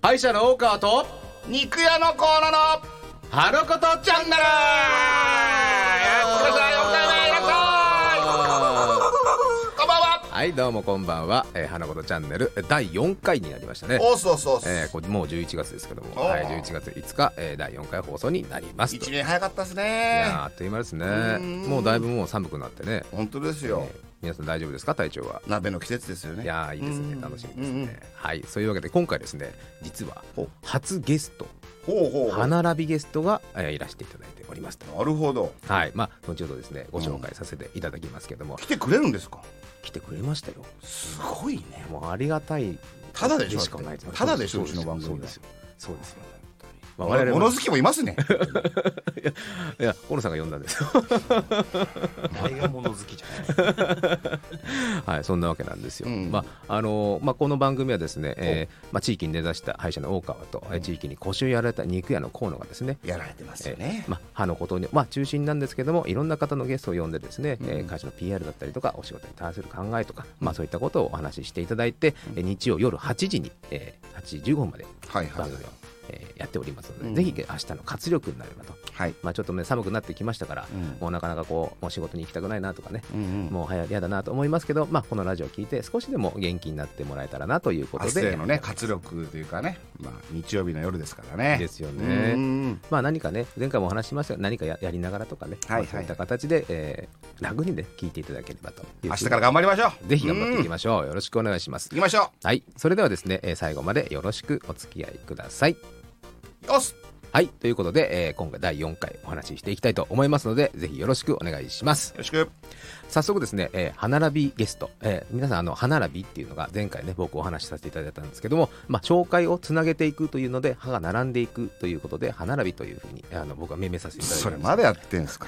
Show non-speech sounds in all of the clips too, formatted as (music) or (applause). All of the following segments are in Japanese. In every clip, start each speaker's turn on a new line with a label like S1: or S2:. S1: 会社の大川と
S2: 肉屋のコーナーの
S1: ハロコトチャンネル
S2: 黒沢よくないなこんばんは
S1: はいどうもこんばんは、えー、花子とチャンネルえー第4回になりましたね
S2: おーすおーすおーす、
S1: えーこれもう11月ですけども、
S2: おー
S1: はい、11月5日、えー第4回放送になりますと
S2: 一
S1: い
S2: 年早かったです
S1: やー
S2: ね
S1: あっという間です
S2: ー
S1: ね
S2: ん
S1: もうだいぶもう寒くなってね、
S2: 本当です
S1: え
S2: よ、
S1: ー皆さん大丈夫ですか体調は
S2: 鍋の季節ですよね
S1: いやーいいですね
S2: うん
S1: 楽しみです
S2: うん
S1: ね
S2: うん
S1: はいそういうわけで今回ですね実は
S2: ほう
S1: 初ゲスト
S2: ほうほうほうな
S1: 花ラビゲストが、えーいらしていただいておりますと
S2: るほど
S1: はいまあ後ほどですねご紹介させていただきますけども、
S2: 来てくれるんですか
S1: 来てくれましたよ
S2: すごいね
S1: もうありがたい
S2: ただでしょ
S1: しかないす
S2: ただでしょ
S1: そう
S2: ちの番組
S1: そうですよそうですよまあ我々
S2: 物
S1: も
S2: 好きもいま
S1: (laughs)
S2: すね
S1: いや小野さんが呼んだんですよ
S3: あれが物好きじゃない
S1: (laughs) はいそんなわけなんですよ、
S2: うん
S1: まああのーまあこの番組はですね、えーまあ地域に根ざした歯医者の大川と、えー地域に腰をやられた肉屋の河野がですね
S2: やられてますよ
S1: え
S2: ね
S1: ーまあ、歯のことに、まあ、中心なんですけどもいろんな方のゲストを呼んでですね、えー
S2: うん
S1: 会社の PR だったりとかお仕事に対する考えとか、まあ、そういったことをお話ししていただいて、えー日曜夜8時に、えー8時15分まで
S2: はいは
S1: 番
S2: い
S1: 組を、えーやっておりますので、
S2: うん
S1: ぜひ明日の活力になればと、
S2: はい
S1: まあ、ちょっとね寒くなってきましたから、
S2: うん
S1: もうなかなかこうお仕事に行きたくないなとかね
S2: うんうん
S1: もうはや嫌だなと思いますけど、まあ、このラジオを聞いて少しでも元気になってもらえたらなということ
S2: 明日
S1: で
S2: へのね活力というかねまあ日曜日の夜ですからね
S1: ですよ
S2: う
S1: ね。
S2: ん
S1: まあ何かね前回もお話ししましたが何かややりながらとかね、
S2: はいはい
S1: まあそういった形で、えー、楽にね聞いていただければという
S2: 明日から頑張りましょう
S1: ぜひ頑張っていき
S2: ま
S1: ましょうよろしくお願いします
S2: いきましょ
S1: はいそれではですね、えー最後までよろしくお付き合いくださいう
S2: よし
S1: はいということで、えー今回第4回お話ししていきたいと思いますのでぜひよろしくお願いします
S2: よろしく
S1: 早速ですね、えー、花ラビゲスト、えー皆さんあの花ラビっていうのが前回ね僕お話しさせていただいたんですけども、まあ、紹介をつなげていくというので歯が並んでいくということで花ラビというふうにあの僕は命名させていただいて
S2: それまだやってんすか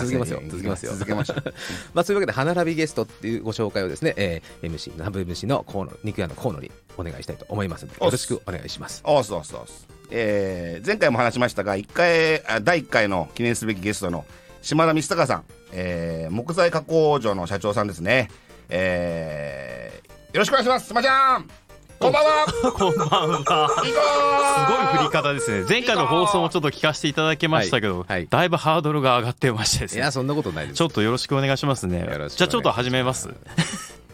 S1: 続けますよ続けますよ
S2: 続けましょう
S1: まあ、そういうわけで、花ラビゲストっていうご紹介をですね、えー、MC、ナブ MC の河野、肉屋の河野にお願いしたいと思いますので、
S2: おっ
S1: よろしくお願いします。
S2: おーすおーすおーすえー前回も話しましたが一回あ第1回の記念すべきゲストの島田道隆さん、えー木材加工所の社長さんですね、えーよろしくお願いしますすまちゃんこんばんは
S3: こんばんは
S2: いい
S3: すごい振り
S2: か
S3: 方ですね前回の放送もちょっと聞かせていただきましたけど、
S1: はいはい
S3: だいぶハードルが上がってましてです
S1: い
S3: ね
S1: や、そんなことないです。
S3: ちょっとよろしくお願いしますね
S1: よろしくお願いします
S3: じゃあちょっと始めます (laughs)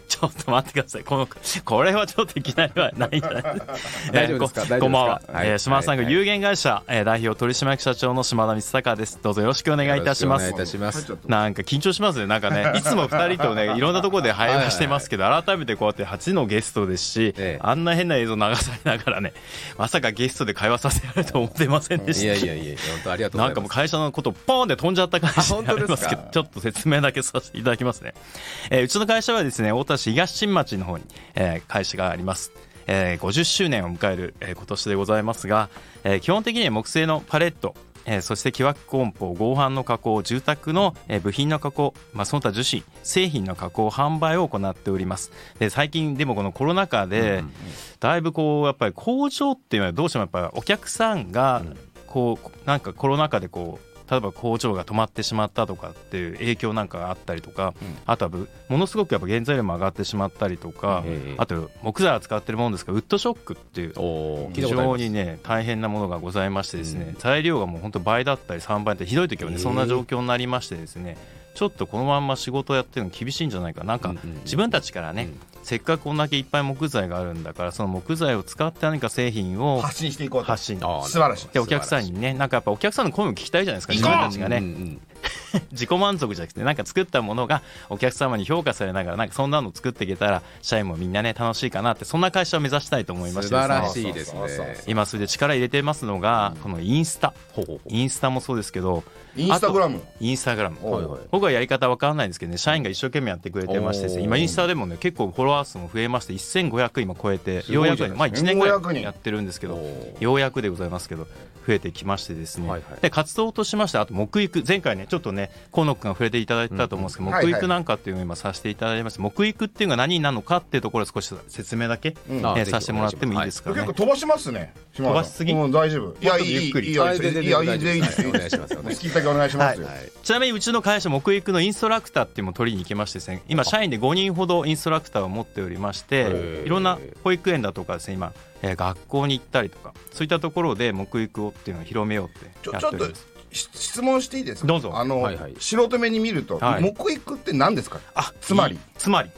S3: ちょっと待ってくださいこのこれはちょっといきなりはないんじゃない
S1: (laughs) 大丈夫ですか
S3: えーこ
S1: 大丈夫ですか
S3: こんばんは、
S1: はい
S3: えー島田さんが
S1: はい
S3: 有限会社、えー代表取締役社長の島田光隆ですどうぞよろしくお願いいたし
S1: よ
S3: ま
S1: ろ
S3: す
S1: くお願いいたします。
S3: なんか緊張しますねなん
S1: (laughs)
S3: かねいつも2人とねいろんなところで会話してますけど改めてこうやって初のゲストですし、
S1: ええ
S3: あんな変な映像流されながらねまさかゲストで会話させられると思ってませんでした
S1: いやいやいや、本当ありがとうご
S3: な
S1: ざ
S3: ん
S1: い
S3: か
S1: ま
S3: もう
S1: す。
S3: 会社のことポーンで飛んじゃった感じにな
S1: あ本当
S3: り
S1: で
S3: ますす
S1: か
S3: けどちょっと説明だけさせていただきますね、えーうちの会社はですね太田市東新町の方に、えー会社がありますえー50周年を迎える、えー今年でございますが、えー基本的には木製のパレット、えーそして木枠梱包合板の加工住宅の、えー部品の加工、まあ、その他樹脂製品の加工販売を行っておりますで最近でもこのコロナ禍で、だいぶこうやっぱり工場っていうのはどうしてもやっぱりお客さんがこうなんかコロナ禍でこう例えば工場が止まってしまったとかっていう影響なんかがあったりとか、あとはぶものすごくやっぱ原材料も上がってしまったりとか、
S1: ええ
S3: あと木材を扱ってるものですがウッドショックっていう
S1: おー聞い
S3: 非
S1: たことあり
S3: 常
S1: ます
S3: にね大変なものがございましてですね、
S1: うん
S3: 材料がもう本当倍だったり3倍だったりひどい時はね
S1: ええ
S3: そんな状況になりましてですねちょっとこのまんま仕事やってるの厳しいんじゃないかなん
S1: う
S3: か
S1: んうんうん
S3: 自分たちからね、せっかくこんだけいっぱい木材があるんだからその木材を使って何か製品を
S2: 発信していこうと
S3: 発信
S1: あー
S2: 素晴らしい
S3: でお客さんにねなんかやっぱお客さんの声も聞きたいじゃないですか自分たちがね、
S1: うんうん
S3: 自己満足じゃなくてなんか作ったものがお客様に評価されながらなんかそんなの作っていけたら社員もみんなね楽しいかなってそんな会社を目指したいと思いまし
S1: 素
S3: てですね
S1: 晴らしいですね
S2: そうそうそうそう。
S3: 今それで力入れてますのがこのインスタ
S1: ほうほうほう
S3: インスタもそうですけど
S2: インスタグラム
S3: インスタグラム
S1: はいはい
S3: 僕はやり方わからないんですけどね社員が一生懸命やってくれてましてですね
S1: おー
S3: 今インスタでもね結構フォロワー数も増えまして1500今超えて
S1: す
S3: よ
S1: ご
S3: う
S1: い
S3: や
S1: じゃ
S3: く
S1: ない
S3: まあ1年ぐ
S2: 1500
S3: ら
S2: 人
S3: いやってるんですけ
S1: お
S3: ど
S1: ー
S3: ようやくでございますけど増えてきましてですね、
S1: はいはい
S3: で活動としましてあと木育前回ねちょっとね河野君が触れていただいたと思うんですけど、
S2: うんうん
S3: 木育なんかっていうのを今させていただいてます木育っていうのが何なのかっていうところを少し説明だけ、
S2: ん
S3: え
S1: あ
S3: ー
S1: ぜひ
S3: させてもらってもいいですかね、
S2: 結構飛ばしますね島田さん
S3: 飛ばしすぎ
S2: うん大丈夫いやいい
S3: ゆっくり
S2: いいよ
S1: はいい
S2: い
S1: 全然
S2: よいいよ
S1: 大丈夫
S2: いいです
S1: はいお願いしますお
S2: 好
S1: 願いし
S2: きだけお願いしますよ
S1: ますはい
S3: ちなみにうちの会社木育のインストラクターっていうのも取りに行きましてですね今社員で5人ほどインストラクターを持っておりまし
S1: へ
S3: て
S1: ー
S3: いろんな保育園だとかですね今、ええー学校に行ったりとかそういったところで木育をっていうのを広めようって
S2: ちょ
S3: や
S2: ち
S3: っ
S2: ょって
S3: お
S2: と
S3: ります
S2: し質問していいですか
S3: どうぞ
S2: あの、
S1: はいはい
S2: 素人目に見ると、
S3: はい
S2: 木育って何ですか、
S3: あ
S2: つまり
S3: いいつまり、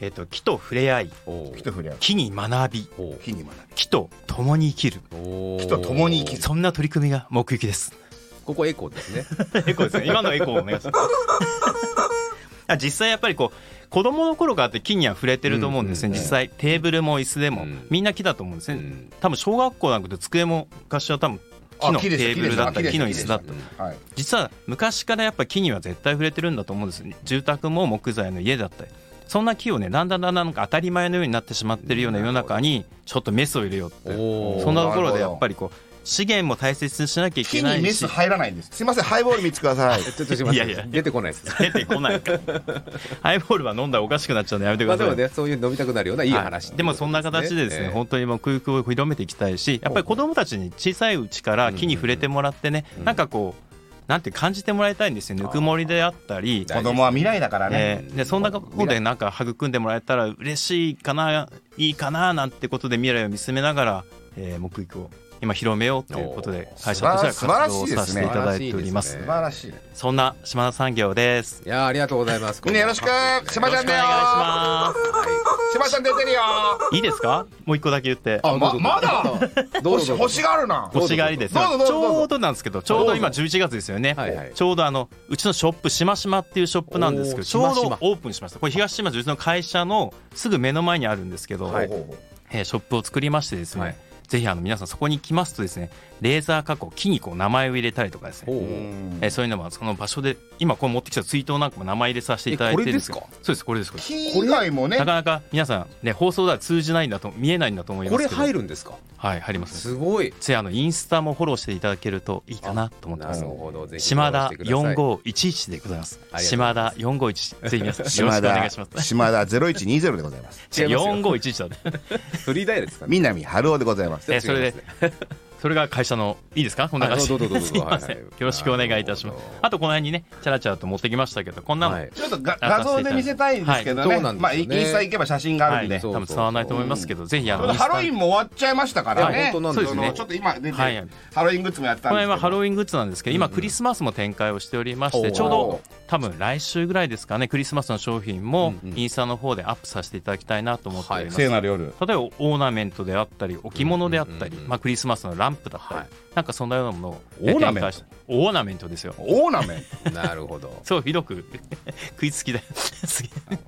S3: えー、と木と触れ合い
S1: お
S2: 木と触れ合う
S3: 木に学び
S1: お
S2: 木に学び
S3: 木と共に生きる
S1: お
S2: 木と共に生きる
S3: そんな取り組みが目撃です
S1: ここエコーです
S3: (laughs)
S1: ね
S3: エコーですね今のエコーお願いします実際やっぱりこう子供の頃からって木には触れてると思うんですね、
S1: うんうんうん
S3: 実際テーブルも椅子でも、
S1: うん
S3: みんな木だと思うんですね、
S1: うん
S3: 多分小学校なんかで机も昔は多分木の
S2: あ木
S3: テ
S2: です
S3: ーブルだったり
S2: 木
S3: 木
S2: です
S3: の椅子だったり
S2: はい
S3: 実は昔からやっぱ木には絶対触れてるんだと思うんです住宅も木材の家だったりそんな木をねだんだんだんだんなんか当たり前のようになってしまってるような世の中にちょっとメスを入れようって
S1: お
S3: そんなところでやっぱりこう資源も大切にしなきゃいけ
S2: 木
S3: な
S2: に
S3: い
S2: メ
S3: し
S2: ス入らないんですすいませんハイボール3つください
S1: ちょっとすいません
S3: いやいや
S1: 出てこないです
S3: 出てこな
S1: (laughs)
S3: いからハイボールは飲んだらおかしくなっちゃうのやめてく
S1: まあで
S3: ださい
S1: もねそういう飲みたくなるようないい話
S3: はいでもそんな形でですね、本当にもう空腹を広めていきたいしやっぱり子どもたちに小さいうちから木に触れてもらってね、
S1: ん
S3: なんかこうなんて感じてもらいたいんですよぬくもりであったり
S1: あ
S2: 子供は未来だからね、
S3: えーでそんなことでなんか育んでもらえたら嬉しいかないいかななんてことで未来を見つめながら、えー、目育を今広めようということで
S1: お
S3: 会社としては
S2: 素晴ら
S3: 活動
S2: し
S3: を
S2: いですね
S3: させていただいております
S1: 素晴
S2: 素晴らしい
S3: そんな島田産業です
S1: いやーありがとうございます
S2: みんなよろしくしば
S3: よ
S2: ち
S3: ろ
S2: ゃ
S3: し
S2: ん
S3: くお
S2: だよ
S3: 願いしま
S2: しばちゃん出てるよ
S3: すいいですかもう一個だけ言って
S1: あ
S2: ままだ
S1: どうぞどうぞ
S2: 星星があるな
S1: どうぞ
S3: 星がありですち
S2: どうぞどうぞどうぞ
S3: ょうどなんですけどちょうど今11月ですよね
S1: はいはい
S3: ちょうどあのうちのショップしましまっていうショップなんです
S1: お
S3: けど
S1: ー
S3: ちょう
S1: しまし
S3: ど
S1: ま
S3: オープンしましたこれ東島うちの会社のすぐ目の前にあるんですけど、
S2: ほうほうほう
S3: えーショップを作りましてですね、
S1: はい
S3: ぜひあの皆さんそこに来ますとですねレーザー加工木にこう名前を入れたりとかです
S1: お
S3: ね、
S2: う
S1: ー
S2: ん
S3: えーそういうのもその場所で今こう持ってきたツイートなんかも名前入れさせていただいてるんですけど
S1: えこれ
S3: そうですこれですこれです
S2: 木以外もね
S3: なかなか皆さんね放送では通じないんだと見えないんだと思いま
S1: こ
S3: す
S1: れ
S3: けど
S1: 入
S3: る
S1: るんですか
S3: はい入りますね
S1: すごい
S3: ぜひあのインスタもフォローしていただけるといいかなと思ってま
S1: な
S3: す
S1: るほどぜひ
S3: 島田
S1: フォローしてください
S3: 4511でございます
S1: ありがとうご
S3: 島田4511ぜひ皆さんよろしくお願いします
S2: 島田0120でございます
S1: 違いますよ
S3: 4511
S1: (laughs)
S3: だね
S1: フリーダイヤルですかね
S2: 南春夫でございます
S3: えーそれでそれが会社のいいですかこんな感じ
S1: はいどうぞどうぞどうぞ
S3: (laughs) すいませ
S1: は
S3: ん
S1: い
S3: よ
S1: はい
S3: ろしくお願いいたしま
S1: な
S3: す
S1: るほど
S3: あとこの辺にねチャラチャラと持ってきましたけどこんなの、
S1: はい
S2: ちょっとが画像で見せたいんですけどね、
S1: はいそうなんですよね
S2: まあインスタ行けば写真があるんで、
S3: はい
S1: そう
S3: 多分伝わらないと思いますけどぜひあ
S2: ちょうど
S3: の
S2: ハロウィンも終わっちゃいましたから
S1: いや
S2: ね。
S1: 本当なんですよ
S2: その
S3: そうですね
S2: ちょっと今出てる、
S3: はい
S2: ハロウィングッズもやってたん
S3: こ
S2: で
S3: れ
S2: すけ
S3: は
S2: ど。
S3: ハロウィングッズなんですけど今クリスマスも展開をしておりまし
S1: おー
S3: てちょうど多分来週ぐらいですかねクリスマスの商品も
S1: うんうん
S3: インスタの方でアップさせていただきたいなと思っております
S2: 聖なる夜。
S3: 例えばオーナメントであったり置物であったり
S1: うんうんうん
S3: まあクリスマスのランプだったり
S1: はい
S3: なんかそんなようなものを
S2: オーナメント
S3: 展開してオーナメントですよ
S2: オーナメン
S1: なるほど
S3: そうひどく (laughs) 食いつきだよ (laughs) すげえ
S1: い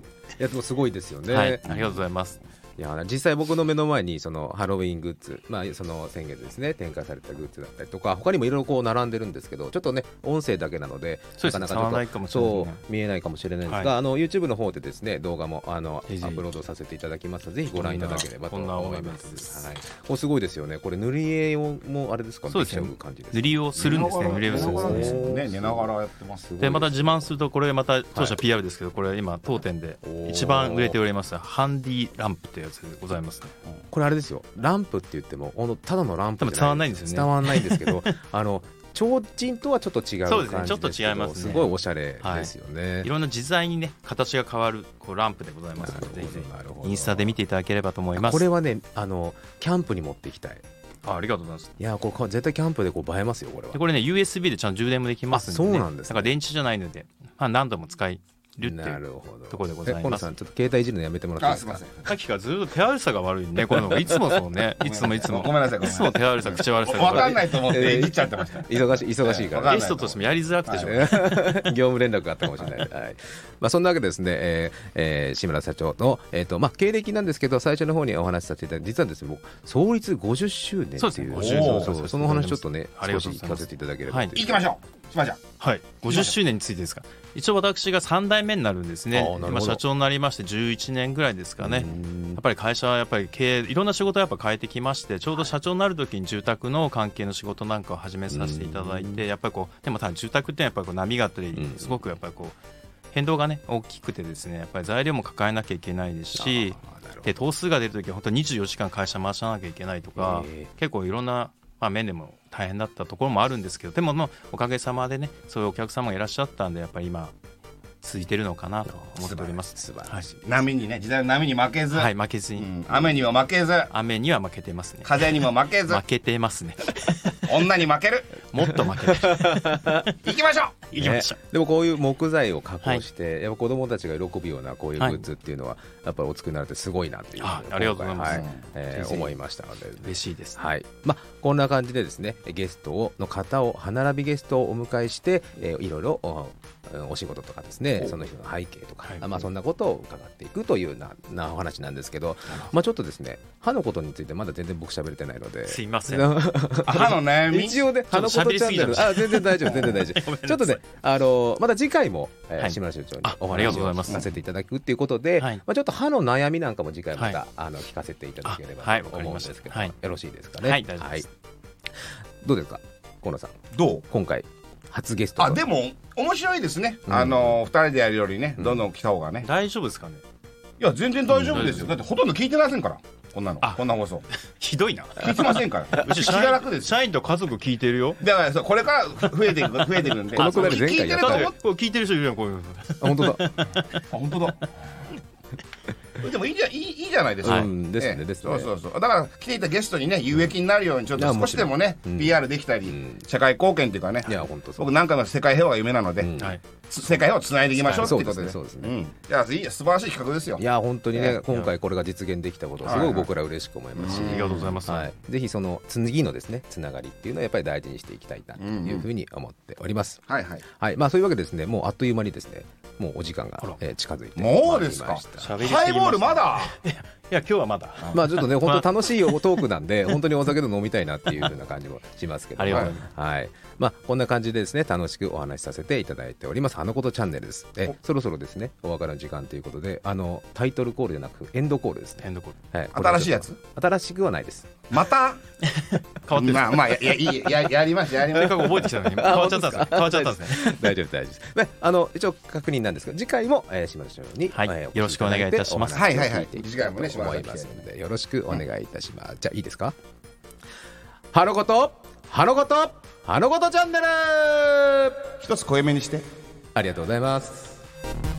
S1: やでもすごいですよね、
S3: はい
S1: い、
S3: ありがとうございます
S1: や実際僕の目の前にそのハロウィングッズ、まあ、その先月ですね展開されたグッズだったりとか他にもいろいろこう並んでるんですけどちょっとね音声だけなので
S3: そうですね
S1: な
S3: 伝わらないかもしれないです
S1: そ
S3: ね
S1: う見えないかもしれないんですが、
S3: は
S1: あの YouTube の方でですね動画もあのア
S3: ぜひぜひ
S1: ップロードさせていただきますのでぜひご覧いただければと
S3: こんな
S1: 思い
S3: こん
S1: ま
S3: なオーナメントです
S1: す。はい、これすごいですよね。これ塗り絵をもあれですか？
S3: そうですね
S1: できちゃう感じですか
S3: 塗りをするんですね塗り絵をするんですね
S2: ね、寝ながらやってます。
S3: でまた自慢するとこれまた当社 PR ですけどこれ今当店で一番売れておりますハンディランプってやつでございますね
S1: これあれですよランプって言ってもあのただのランプじゃ
S3: 多分伝わんないんですよね
S1: 伝わんないんですけど
S3: (laughs)
S1: あの提灯とはちょっと違う感じですけど
S3: そうですねちょっと違いますね
S1: すごいおしゃれですよね、
S3: いろんな自在にね形が変わるこうランプでございますのでぜひぜ
S1: なるほ
S3: ひ
S1: ど
S3: インスタで見ていただければと思います
S1: これはねあのキャンプに持っていきたい
S3: あありがとうございます
S1: いやこれ絶対キャンプでこう映えますよこれは
S3: でこれね USB でちゃんと充電もできますんで、
S1: あ
S3: ね、
S1: そうなんですね
S3: だから電池じゃないので、まあ、何度も使えるってい
S1: な
S3: う
S1: るほど
S3: ところでございます
S1: え河野さんちょっと携帯いじるのやめてもらっていい
S2: あ、
S1: ですす
S2: みま
S1: か
S2: せん。
S3: さっきからずっと手悪さが悪いねこのいつもそうねいつもいつも
S2: ごめんなさいごめんなさい
S3: つも手悪さ口悪さが
S2: わか
S3: 悪
S2: ん
S3: い
S2: ないと思っていじっちゃってました。
S1: 忙しい忙しいから
S2: わかんない
S3: ゲストとしてもやりづらくてしょうがな
S1: (laughs)
S3: い
S1: 業務連絡があったかもしれ
S3: (laughs)
S1: ない。はい。まあそんなわけでですね、えーえー志村社長のえっ、とまあ経歴なんですけど最初の方にお話しさせていただいて実はですね僕創立50周年っていう
S3: そうですね50
S2: 周年
S1: そうそうそのお話ちょっとね
S3: あり
S1: 少
S3: が
S1: し
S3: と
S1: 聞か
S3: うございます
S1: せていただければという
S2: 行きましょう。しばちゃん。
S3: はい、50周年についてですか一応私が3代目になるんです
S1: あー
S3: ね
S1: なるほど
S3: 今社長になりまして11年ぐらいですかね
S1: うん
S3: やっぱり会社はやっぱり経営いろんな仕事をやっぱ変えてきましてちょうど社長になる時に住宅の関係の仕事なんかを始めさせていただいてやっぱりこうでもただ住宅ってやっぱりこう波があったり
S1: うん
S3: すごくやっぱりこう変動がね大きくてですねやっぱり材料も抱えなきゃいけないですし
S1: あーなるほ
S3: で頭数が出る時は本当24時間会社回さなきゃいけないとか
S1: へ
S3: 結構いろんな、まあ、面でも大変だったところもあるんですけどでもまあおかげさまでねそういうお客様がいらっしゃったんでやっぱり今続いてるのかなと思っております。
S1: 素晴らしい、
S2: 波にね時代の波に負けず、
S3: はい、負けず
S2: う
S3: に、
S2: ん、雨には負けず
S3: 雨には負けてますね。
S2: 風にも負けず
S3: 負けてますね。 (laughs)
S2: 女に負ける
S3: もっと負けてる。
S2: 行きましょう
S3: 行きましょう。
S1: でもこういう木材を加工して、やっぱ子供たちが喜ぶようなこういうグッズっていうのは、やっぱりお作りになるってすごいなっていう
S3: あありがとうございます
S1: 今回はえー
S3: ぜひ
S1: 思いましたので、
S3: 嬉しいです、
S1: はいまあ、こんな感じでですねゲストをの方を花並びゲストをお迎えして、えーいろいろおお仕事とかですね
S2: お
S1: その人の背景とか、
S3: はい
S1: まあ、そんなことを伺っていくというようななお話なんですけど、まあ、ちょっとですね歯のことについてまだ全然僕喋れてないのですす
S3: いません。 (laughs)
S2: 歯の悩み
S1: 一応ね、
S3: ょっ
S1: 花
S3: と
S1: 子と
S3: 喋り
S1: チ
S3: す
S1: ャンネ
S3: ぎちゃいま
S1: ル、
S3: した
S1: あ全然大丈夫、全然大丈
S3: (laughs) ごめんなさ
S1: 夫。
S3: い
S1: ちょっとね、あのまた次回も、えー
S3: はい
S1: 志村社長に
S3: あ
S1: お
S3: あり
S1: 話
S3: がとうござい
S1: を
S3: ます
S1: させていただくっていうことで、
S3: はい
S1: まあちょっと歯の悩みなんかも次回また、
S3: はい
S1: あの聞かせていただければ
S3: あはい
S1: と思うんですけど、
S3: わかりましたはい
S1: よろしいですかね。
S3: はい大丈夫です
S1: どうですか、河野さん、
S2: どう
S1: 今回初ゲストと。
S2: あでも面白いですね、
S1: うん
S2: あの二人でやるよりね
S1: うん
S2: どんどん来た方がね、
S3: 大丈夫ですかね。
S2: いや全然大丈夫ですよ、
S3: うん
S2: だってほとんど聞いてませんからこんなの
S3: あ
S2: こんな放送
S3: ひどいな。
S2: 聞いてませんから
S1: (laughs)
S3: うち
S2: 気
S3: 社
S2: が楽で
S3: 員
S2: す
S3: 社員と家族聞いてるよ。
S2: だからそうこれから増
S1: (laughs)
S2: えていく増えていくんで
S1: このくだり
S2: 聞
S1: 前回
S2: いて
S1: やっ
S2: る
S1: た
S2: と
S3: だって
S2: 思
S3: こ
S2: っ
S3: れ聞いてる人いるやんこういうの。
S1: あ本当だ。
S2: あ本当だ (laughs) でもいいじゃいいいいじゃないですか、
S3: はい
S1: うんですね
S2: ええ
S1: ですね
S2: そうそうそうだから来ていたゲストにね有益になるようにちょっ
S1: いや
S2: と少しでもね
S1: もちろんうん
S2: PR できたり、
S1: うん
S2: 社会貢献っていうかね
S1: いや本当そう
S2: 僕。何回も世界平和が夢なので、
S1: うん
S3: はい。
S2: つ世界をつないでいきましょうっていうことで、
S1: そうですねそう
S2: うん、いやいい素晴らしい企画ですよ
S1: い。や本当に
S2: え
S1: ね今回これが実現できたことをすごい僕ら嬉しく思いますし、
S2: うん
S3: ありがとうございます。
S1: はい、ぜひその次のですねつながりっていうのはやっぱり大事にしていきたいなというふうに思っております。
S2: はいはい。
S1: はいまあ、そういうわけでですねもうあっという間にですねもうお時間が
S3: あら、
S1: えー近づいて
S2: もうです
S1: ま
S2: か
S1: いりました
S3: 喋りすぎ
S2: ハイボール
S3: ま
S2: ますだ。
S3: いや今日はまだ。
S1: まあちょっとね本当楽しいおトークなんで本当にお酒でも飲みたいなっていう風な感じもしますけど
S3: ありがとうご
S2: ざい
S1: はいまあこんな感じでですね楽しくお話しさせていただいておりますあのことチャンネルですえそろそろですねお別れの時間ということであのタイトルコールじゃなくエンドコールですね、
S3: エンドコール。
S1: はい、これ
S2: 新しいやつ。
S1: 新しくはないです
S2: また。
S3: (laughs) 変わってる。
S2: まあまあややいいややりますやりま
S3: せっ
S2: す。
S3: かく覚えてきたのに変わっちゃったんですね。変わっちゃったんですね。
S1: (laughs) 大丈夫大丈夫です。ね、あの一応確認なんですけど、次回も、えー、島田社長に、
S3: はい
S1: えー
S3: よろしくお願いいたします
S1: お話を
S2: はいはいはい
S1: 聞てきたと
S2: 次回も
S1: 思
S2: ね
S1: いますので、よろしくお願いいたします。じゃあいいですか？ハロコとハロコとハロコとチャンネル。
S2: 一つ濃いめにして。
S1: ありがとうございます。